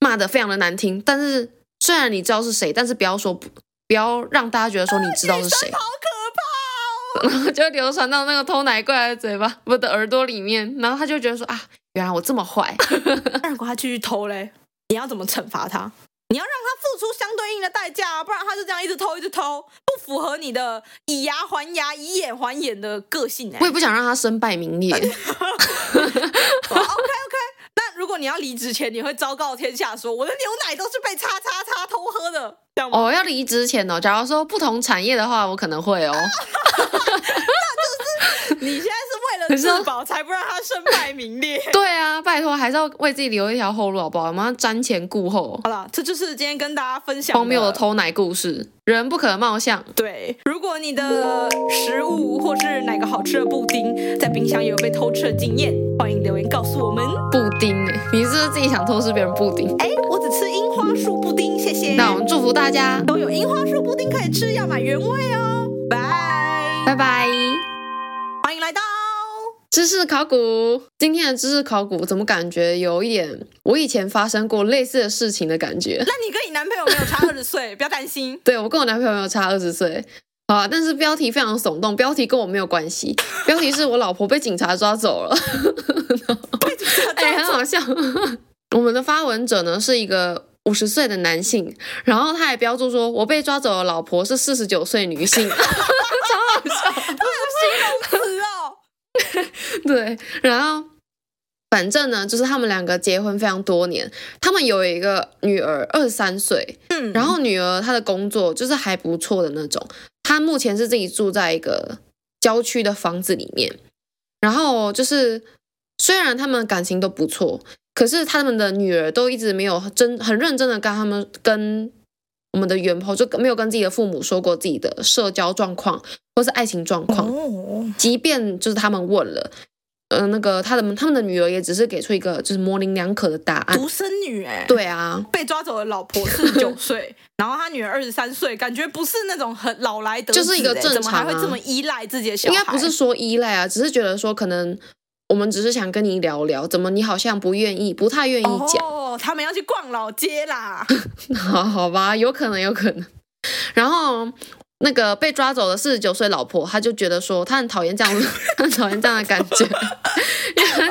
Speaker 3: 骂得非常的难听。但是虽然你知道是谁，但是不要说不不要让大家觉得哎说你知道是谁，
Speaker 2: 好可
Speaker 3: 然后 就流传到那个偷奶怪的嘴巴不的耳朵里面，然后他就觉得说啊，原来我这么坏，
Speaker 2: 怕哦！那如果他继续偷嘞，你要怎么惩罚他？你要让他付出相对应的代价啊，不然他就这样一直偷一直偷，不符合你的以牙还牙、以眼还眼的个性哎、
Speaker 3: 我也不想让他身败名裂。
Speaker 2: 哦 OK OK，那如果你要离职前，你会昭告天下说我的牛奶都是被叉叉叉偷喝的，这样吗？
Speaker 3: 哦，要离职前哦，假如说不同产业的话，我可能会哦。
Speaker 2: 你现在是为了自保才不让他身败名裂。
Speaker 3: 对啊，拜托，还是要为自己留一条后路，好不好？我们要瞻前顾后。
Speaker 2: 好了，这就是今天跟大家分享
Speaker 3: 荒谬的。偷奶故事，人不可貌相。
Speaker 2: 对，如果你的食物或是哪个好吃的布丁在冰箱也有被偷吃的经验，欢迎留言告诉我们。
Speaker 3: 布丁呢、你是不是自己想偷吃别人布丁？
Speaker 2: 哎，我只吃樱花树布丁，谢谢。
Speaker 3: 那我们祝福大家，
Speaker 2: 都有樱花树布丁可以吃，要买原味哦。拜，
Speaker 3: 拜拜。
Speaker 2: 欢迎来到。
Speaker 3: 知识考古，今天的知识考古怎么感觉有一点我以前发生过类似的事情的感觉？
Speaker 2: 那你跟你男朋友没有差二十岁，不要担心。
Speaker 3: 对我跟我男朋友没有差二十岁。好啊，但是标题非常耸动，标题跟我没有关系，标题是我老婆被警察抓走了。 哎、很好笑。 我们的发文者呢是一个五十岁的男性，然后他还标注说：“我被抓走的老婆是四十九岁女性。”
Speaker 2: 形容词哦，
Speaker 3: 对，然后反正呢，就是他们两个结婚非常多年，他们有一个女儿二三岁，
Speaker 2: 嗯
Speaker 3: 然后女儿她的工作就是还不错的那种，她目前是自己住在一个郊区的房子里面，然后就是虽然他们感情都不错，可是他们的女儿都一直没有真很认真的跟他们跟我们的原婆就没有跟自己的父母说过自己的社交状况或是爱情状况，
Speaker 2: 哦，
Speaker 3: 即便就是他们问了，呃，那个他的他们的女儿也只是给出一个就是模棱两可的答案。
Speaker 2: 独生女哎、
Speaker 3: 对啊，
Speaker 2: 被抓走的老婆四十九岁，然后他女儿二十三岁，感觉不是那种很老来得子欸，
Speaker 3: 就是一个正常
Speaker 2: 怎
Speaker 3: 啊
Speaker 2: 么还会这么依赖自己的小
Speaker 3: 应
Speaker 2: 孩？
Speaker 3: 该不是说依赖啊，只是觉得说可能我们只是想跟你聊聊，怎么你好像不愿意，不太愿意讲，
Speaker 2: 哦，他们要去逛老街 啦。
Speaker 3: 好好吧，有可能，有可能。然后那个被抓走的四十九岁老婆，她就觉得说她很讨厌这样， 她很讨厌这样的感觉，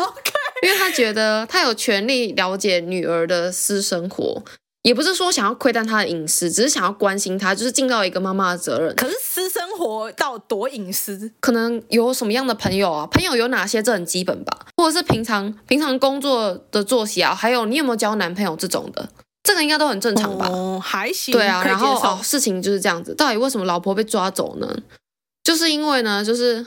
Speaker 2: OK，
Speaker 3: 因为她觉得她有权利了解女儿的私生活，也不是说想要窥探她的隐私，只是想要关心她，就是尽到一个妈妈的责任。
Speaker 2: 可是私生活到多隐私？
Speaker 3: 可能有什么样的朋友啊？朋友有哪些？这很基本吧，或者是平常平常工作的作息啊，还有你有没有交男朋友这种的，这个应该都很正常吧？
Speaker 2: 哦，还行，
Speaker 3: 对啊，
Speaker 2: 可以
Speaker 3: 然后
Speaker 2: 接受
Speaker 3: 哦，事情就是这样子。到底为什么老婆被抓走呢？就是因为呢，就是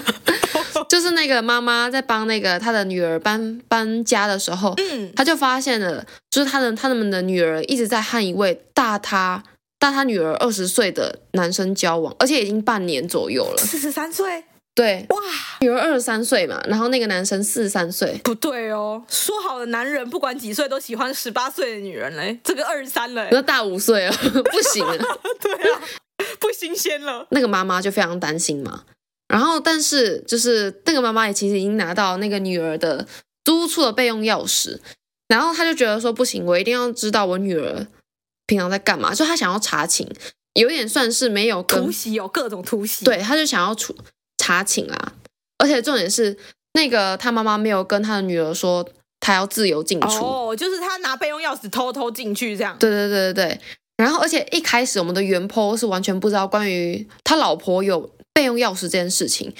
Speaker 3: 就是那个妈妈在帮那个她的女儿搬搬家的时候，
Speaker 2: 嗯，
Speaker 3: 她就发现了，就是她的他们的女儿一直在和一位大她大她女儿二十岁的男生交往，而且已经半年左右了。
Speaker 2: 四十三岁，
Speaker 3: 对，
Speaker 2: 哇，
Speaker 3: 女儿二十三岁嘛，然后那个男生四十三岁，
Speaker 2: 不对哦，说好的男人不管几岁都喜欢十八岁的女人嘞，这个二十三嘞，
Speaker 3: 那大五岁了，哦 不行了。
Speaker 2: 对啊，不新鲜了。
Speaker 3: 那个妈妈就非常担心嘛。然后，但是就是那个妈妈也其实已经拿到那个女儿的租处的备用钥匙，然后她就觉得说不行，我一定要知道我女儿平常在干嘛，就她想要查寝，有点算是没有跟
Speaker 2: 突袭哦，各种突袭。
Speaker 3: 对，他就想要处查寝啊，而且重点是那个他妈妈没有跟他的女儿说她要自由进出，
Speaker 2: 哦哦，就是他拿备用钥匙偷偷进去这样。
Speaker 3: 对对对对对。然后，而且一开始我们的原 po 是完全不知道关于他老婆有备用钥匙这件事情，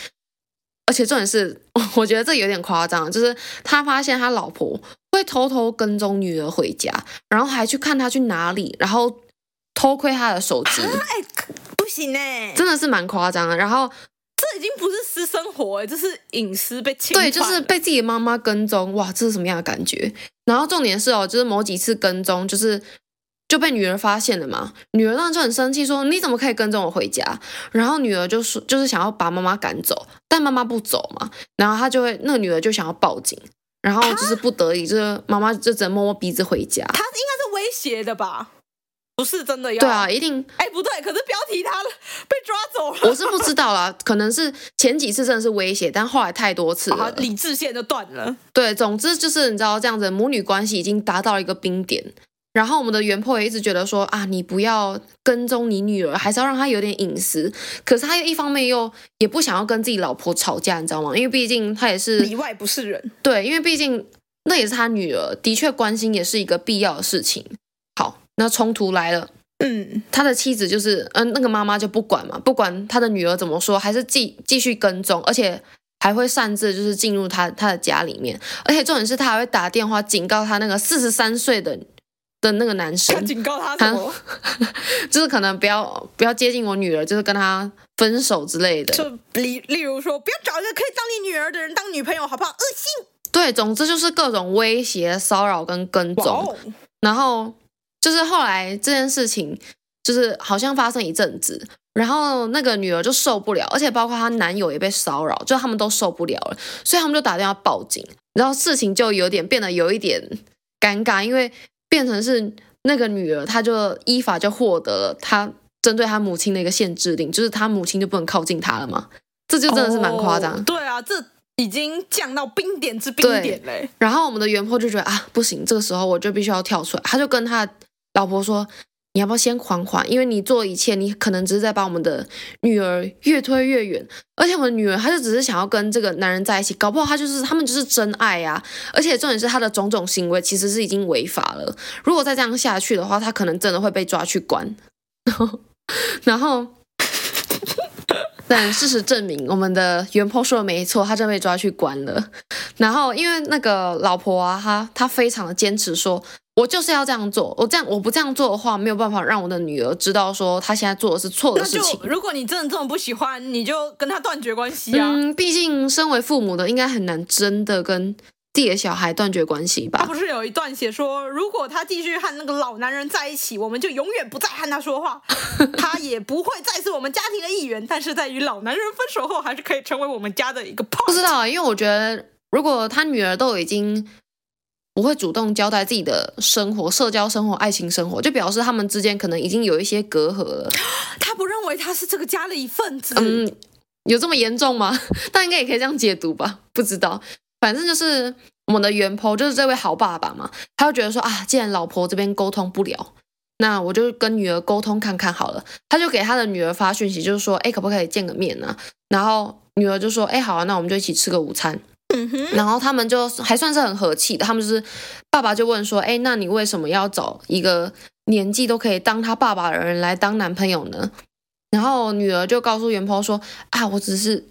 Speaker 3: 而且重点是，我觉得这有点夸张，就是他发现他老婆会偷偷跟踪女儿回家，然后还去看她去哪里，然后偷窥她的手机，
Speaker 2: 哎、可不行哎、
Speaker 3: 真的是蛮夸张的。然后
Speaker 2: 这已经不是私生活、哎，这是隐私被侵犯 了。
Speaker 3: 对，就是被自己的妈妈跟踪，哇，这是什么样的感觉？然后重点是哦，就是某几次跟踪，就是就被女儿发现了嘛。女儿当然就很生气，说你怎么可以跟踪我回家？然后女儿就说，就是想要把妈妈赶走，但妈妈不走嘛。然后她就会，那个女儿就想要报警，然后就是不得已，就是妈妈就只能摸摸鼻子回家。
Speaker 2: 他应该是威胁的吧？不是真的要
Speaker 3: 对啊，一定
Speaker 2: 哎，不对，可是标题他了， 被抓走了，
Speaker 3: 我是不知道啦，可能是前几次真的是威胁，但后来太多次
Speaker 2: 啊
Speaker 3: 了，，
Speaker 2: 理智线就断了。
Speaker 3: 对，总之就是你知道这样子，母女关系已经达到一个冰点。然后我们的原 po 也一直觉得说啊，你不要跟踪你女儿，还是要让她有点隐私。可是他又一方面又也不想要跟自己老婆吵架，你知道吗？因为毕竟他也是
Speaker 2: 里外不是人，
Speaker 3: 对，因为毕竟那也是他女儿，的确关心也是一个必要的事情。好，那冲突来了。
Speaker 2: 嗯，
Speaker 3: 他的妻子就是，嗯、那个妈妈就不管嘛，不管他的女儿怎么说，还是继继续跟踪，而且还会擅自就是进入他他的家里面，而且重点是他还会打电话警告他那个四十三岁的的那个男
Speaker 2: 他
Speaker 3: 生，啊
Speaker 2: 警告他什么？
Speaker 3: 就是可能不要不要接近我女儿，就是跟他分手之类的。
Speaker 2: 就例例如说，不要找一个可以当你女儿的人当女朋友，好不好？恶心！
Speaker 3: 对，总之就是各种威胁、骚扰跟跟
Speaker 2: 哇
Speaker 3: 踪。
Speaker 2: 哦，
Speaker 3: 然后就是后来这件事情，就是好像发生一阵子，然后那个女儿就受不了，而且包括她男友也被骚扰，就他们都受不了了，所以他们就打电话报警，然后事情就有点变得有一点尴尬，因为变成是那个女儿，她就依法就获得了她针对她母亲的一个限制令，就是她母亲就不能靠近她了嘛，这就真的是蛮夸张。
Speaker 2: 哦对啊，这已经降到冰点之冰点嘞。
Speaker 3: 然后我们的原 po 就觉得啊，不行，这个时候我就必须要跳出来。他就跟他老婆说：“你要不要先缓缓？因为你做一切，你可能只是在把我们的女儿越推越远。而且我们的女儿，她就只是想要跟这个男人在一起，搞不好她就是他们就是真爱啊。而且重点是她的种种行为其实是已经违法了。如果再这样下去的话，她可能真的会被抓去关。 然后，然后。”但事实证明，我们的原 po 说的没错，他真被抓去关了。然后因为那个老婆啊，她她非常的坚持说，我就是要这样做，我这样我不这样做的话，没有办法让我的女儿知道说她现在做的是错的
Speaker 2: 那
Speaker 3: 事
Speaker 2: 就
Speaker 3: 情。
Speaker 2: 如果你真的这么不喜欢，你就跟他断绝关系啊。
Speaker 3: 嗯，毕竟身为父母的，应该很难真的跟自己的小孩断绝关系
Speaker 2: 他
Speaker 3: 吧
Speaker 2: 不？是有一段写说，如果他继续和那个老男人在一起，我们就永远不再和他说 话，他也不会再是我们家庭的一员。但是在与老男人分手后，还是可以成为我们家的一个 part。
Speaker 3: 不知道啊，因为我觉得如果他女儿都已经不会主动交代自己的生活、社交生活、爱情生活，就表示他们之间可能已经有一些隔阂了。
Speaker 2: 他不认为他是这个家的一份子。
Speaker 3: 嗯，有这么严重吗？ 但应该也可以这样解读吧，不知道。反正就是我们的原 po，就是这位好爸爸嘛，他就觉得说啊，既然老婆这边沟通不了，那我就跟女儿沟通看看好了。他就给他的女儿发讯息，就是说，哎，可不可以见个面呢、啊？然后女儿就说，哎，好啊，那我们就一起吃个午餐。
Speaker 2: 嗯哼，
Speaker 3: 然后他们就还算是很和气的，他们就是爸爸就问说，哎，那你为什么要找一个年纪都可以当他爸爸的人来当男朋友呢？然后女儿就告诉袁抛说，啊，我只是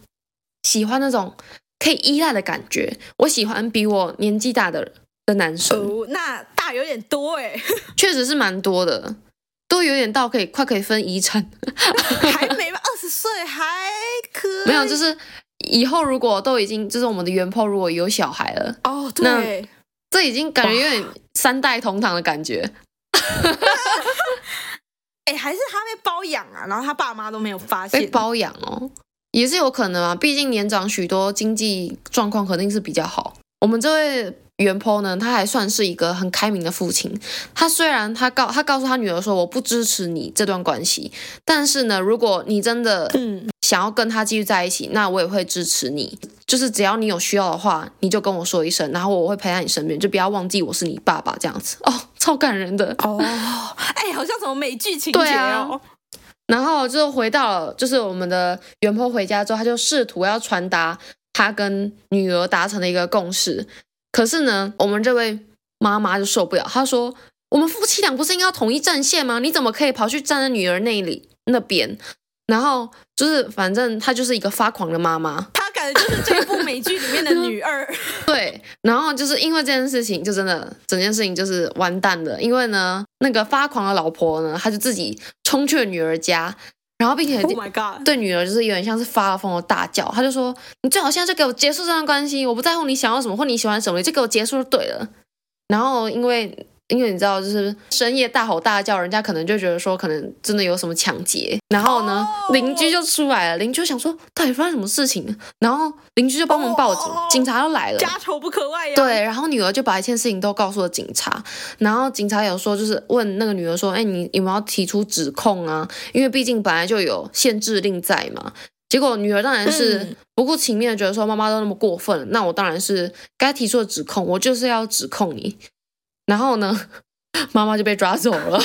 Speaker 3: 喜欢那种可以依赖的感觉，我喜欢比我年纪大的的男生，
Speaker 2: 哦，那大有点多 哎、
Speaker 3: 确实是蛮多的，都有点到可以快可以分遗产。
Speaker 2: 还没二十岁，还可以
Speaker 3: 没有，就是以后如果都已经就是我们的原抛如果有小孩了，
Speaker 2: 哦，对，
Speaker 3: 这已经感觉有点三代同堂的感觉。
Speaker 2: 哎，还是他被包养啊，然后他爸妈都没有发
Speaker 3: 被
Speaker 2: 现。
Speaker 3: 包养哦，也是有可能啊。毕竟年长许多，经济状况肯定是比较好。我们这位袁坡呢，他还算是一个很开明的父亲。他虽然他告他告诉他女儿说，我不支持你这段关系，但是呢，如果你真的
Speaker 2: 嗯，
Speaker 3: 想要跟他继续在一起，那我也会支持你。就是只要你有需要的话，你就跟我说一声，然后我会陪在你身边，就不要忘记我是你爸爸这样子。哦，超感人的。
Speaker 2: 哦，哎，好像什么美剧情节
Speaker 3: 对啊
Speaker 2: 哦。
Speaker 3: 然后就回到了，就是我们的袁坡回家之后，他就试图要传达他跟女儿达成的一个共识。可是呢，我们这位妈妈就受不了，她说：“我们夫妻俩不是应该要统一战线吗？你怎么可以跑去站在女儿那里那边？然后就是，反正她就是一个发狂的妈妈，
Speaker 2: 她感觉就是这部美剧里面的女 二，
Speaker 3: 对。然后就是因为这件事情，就真的整件事情就是完蛋了。因为呢，那个发狂的老婆呢，她就自己冲去了女儿家，然后并且
Speaker 2: Oh my god！
Speaker 3: 对女儿就是有点像是发了疯的大叫，她就说：“你最好现在就给我结束这段关系，我不在乎你想要什么或你喜欢什么，你就给我结束就对了。”然后因为因为你知道，就是深夜大吼大叫，人家可能就觉得说可能真的有什么抢劫，然后呢、
Speaker 2: 哦
Speaker 3: 邻居就出来了，邻居就想说到底发生什么事情，然后邻居就帮忙报警，
Speaker 2: 哦
Speaker 3: 警察就来了。
Speaker 2: 家丑不可外扬。
Speaker 3: 对，然后女儿就把一件事情都告诉了警察，然后警察有说就是问那个女儿说，哎，你有没有提出指控啊？因为毕竟本来就有限制令在嘛。结果女儿当然是
Speaker 2: 嗯
Speaker 3: 不顾情面地觉得说妈妈都那么过分了，那我当然是该提出的指控，我就是要指控你。然后呢， 妈妈就被抓走了。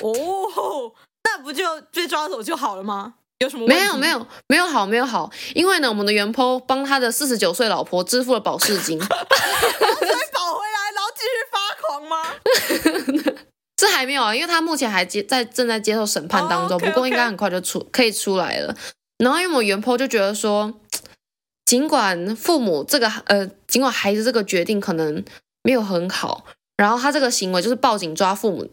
Speaker 2: 哦，那不就被抓走就好了吗？有什么问
Speaker 3: 没
Speaker 2: 题
Speaker 3: 有没，有没有好没有好，因为呢，我们的原 po 帮他的四十九岁老婆支付了保释金，
Speaker 2: 再跑回来，然后继续发狂吗？
Speaker 3: 这还没有啊，因为他目前还接在正在接受审判当
Speaker 2: 哦
Speaker 3: 中
Speaker 2: ，，OK，
Speaker 3: 不过应该
Speaker 2: OK
Speaker 3: 很快就出可以出来了。然后因为我原 po 就觉得说，尽管父母这个呃，尽管孩子这个决定可能没有很好，然后他这个行为就是报警抓父母，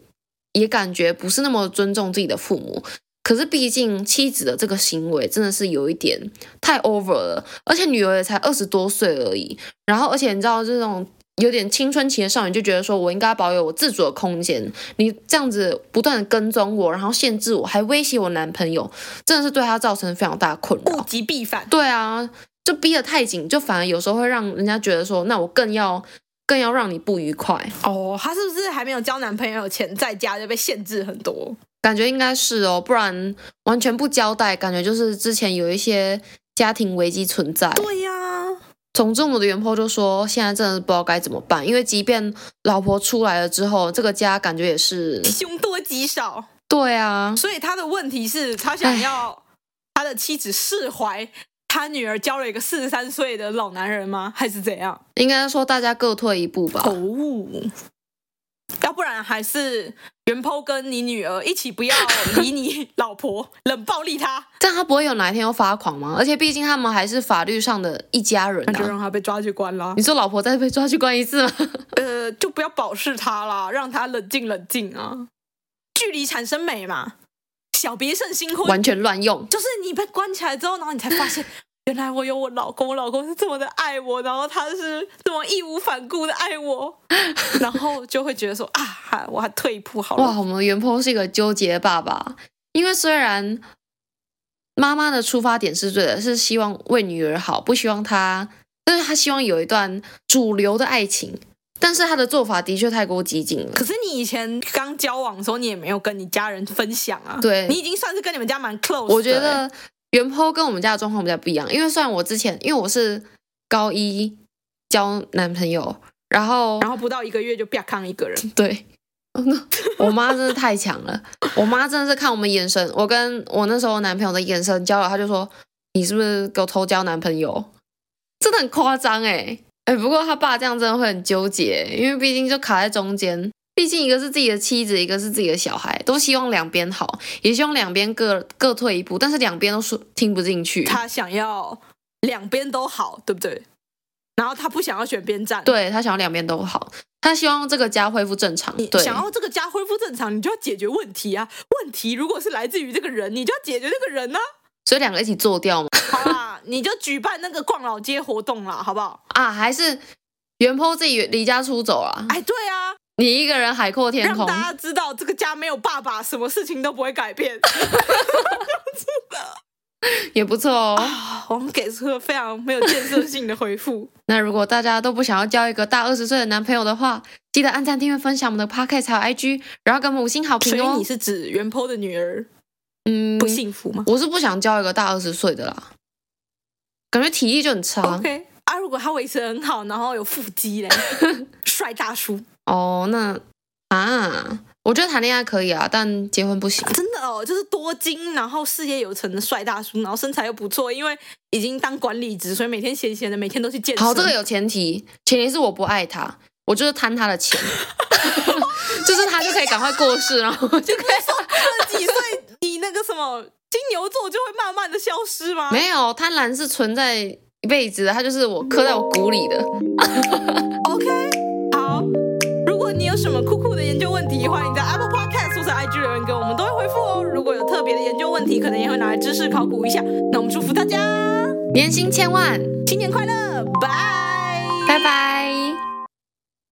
Speaker 3: 也感觉不是那么尊重自己的父母。可是毕竟妻子的这个行为真的是有一点太 over 了，而且女儿也才二十多岁而已，然后而且你知道这种有点青春期的少女就觉得说我应该保有我自主的空间，你这样子不断的跟踪我，然后限制我，还威胁我男朋友，真的是对她造成非常大的困扰
Speaker 2: 物。极必反。
Speaker 3: 对啊，就逼得太紧，就反而有时候会让人家觉得说，那我更要更要让你不愉快，
Speaker 2: 哦，她是不是还没有交男朋友前，在家就被限制很多？
Speaker 3: 感觉应该是哦，不然完全不交代，感觉就是之前有一些家庭危机存在。
Speaker 2: 对呀、
Speaker 3: 总之，我们的原 po 就说，现在真的是不知道该怎么办，因为即便老婆出来了之后，这个家感觉也是，
Speaker 2: 凶多吉少。
Speaker 3: 对啊，
Speaker 2: 所以他的问题是，他想要他的妻子释怀，他女儿交了一个四十三岁的老男人吗？还是怎样？
Speaker 3: 应该说大家各退一步吧。
Speaker 2: 哦，要不然还是袁剖跟你女儿一起不要理你老婆，冷暴力她，
Speaker 3: 但他不会有哪一天又发狂吗？而且毕竟他们还是法律上的一家人
Speaker 2: 那就
Speaker 3: 啊。
Speaker 2: 让她被抓去关啦
Speaker 3: 你。说老婆再被抓去关一次吗？
Speaker 2: 呃，就不要保释她啦，让她冷静冷静啊。距离产生美嘛，小别胜新婚。
Speaker 3: 完全乱用。
Speaker 2: 就是你被关起来之后，然后你才发 现，原来我有我老公，我老公是这么的爱我，然后他是这么义无反顾的爱 我，然后就会觉得说啊，我还退一步好
Speaker 3: 哇，
Speaker 2: 了。
Speaker 3: 我们袁鹏是一个纠结爸爸，因为虽然妈妈的出发点是对的，是希望为女儿好，不希望她，但是她希望有一段主流的爱情，但是她的做法的确太过激进了。
Speaker 2: 可是你以前刚交往的时候，你也没有跟你家人分享啊。
Speaker 3: 对
Speaker 2: 你已经算是跟你们家蛮 close 的欸。
Speaker 3: 我觉得袁坡跟我们家的状况比较不一样，因为虽然我之前因为我是高一交男朋友，然后
Speaker 2: 然后不到一个月就啪康一个人，
Speaker 3: 对，
Speaker 2: 哦
Speaker 3: 我妈真的太强了。我妈真的是看我们眼神，我跟我那时候男朋友的眼神交流，她就说：“你是不是给我偷交男朋友？”真的很夸张哎、欸、哎、不过他爸这样真的会很纠结，因为毕竟就卡在中间，毕竟一个是自己的妻子，一个是自己的小孩，都希望两边好，也希望两边各各退一步，但是两边都说听不进去。
Speaker 2: 他想要两边都好，对不对？然后他不想要选边站，，
Speaker 3: 对他想要两边都好，他希望这个家恢复正常。
Speaker 2: 你
Speaker 3: 对，
Speaker 2: 想要这个家恢复正常，你就要解决问题啊。问题如果是来自于这个人，你就要解决这个人啊呢、
Speaker 3: 所以两个一起做掉嘛。
Speaker 2: 好啦，你就举办那个逛老街活动啦，好不好？
Speaker 3: 啊，还是袁坡自己离家出走了，
Speaker 2: 哎，对啊，
Speaker 3: 你一个人海阔天
Speaker 2: 让
Speaker 3: 空。
Speaker 2: 大家知道这个家没有爸爸，什么事情都不会改 变。
Speaker 3: 也不错哦。
Speaker 2: 啊，我们给出了非常没有建设性的回 复。
Speaker 3: 那如果大家都不想要交一个大二十岁的男朋友的话，记得按赞、订阅、分享我们的 podcast 还有 IG，然后给我们五星好
Speaker 2: 所
Speaker 3: 评
Speaker 2: 以
Speaker 3: 哦
Speaker 2: 你。是指袁坡的女儿
Speaker 3: 嗯
Speaker 2: 不，幸福吗、
Speaker 3: 我是不想交一个大二十岁的啦，感觉体力就很差
Speaker 2: o。k 啊，如果他维持得很好，然后有腹肌 嘞，帅大叔，
Speaker 3: 哦，那啊，我觉得谈恋爱可以啊，但结婚不行。
Speaker 2: 真的哦，就是多金，然后事业有成的帅大叔，然后身材又不错，因为已经当管理职，所以每天闲闲的，每天都去健身。
Speaker 3: 好，这个有前提，前提是我不爱他，我就是贪他的钱。 就是他就可以赶快过世，然后就可以。
Speaker 2: 二十几岁，你那个什么金牛座就会慢慢的消失吗？
Speaker 3: 没有，贪婪是存在一辈子的，它就是我刻在我骨里的。
Speaker 2: OK，好。如果你有什么酷酷的研究问题，欢迎在 Apple Podcast 或者 IG 留言给我们，都会回复哦。如果有特别的研究问题，可能也会拿来知识考古一下。那我们祝福大家
Speaker 3: 年薪千万，
Speaker 2: 新年快乐，拜。
Speaker 3: 拜拜。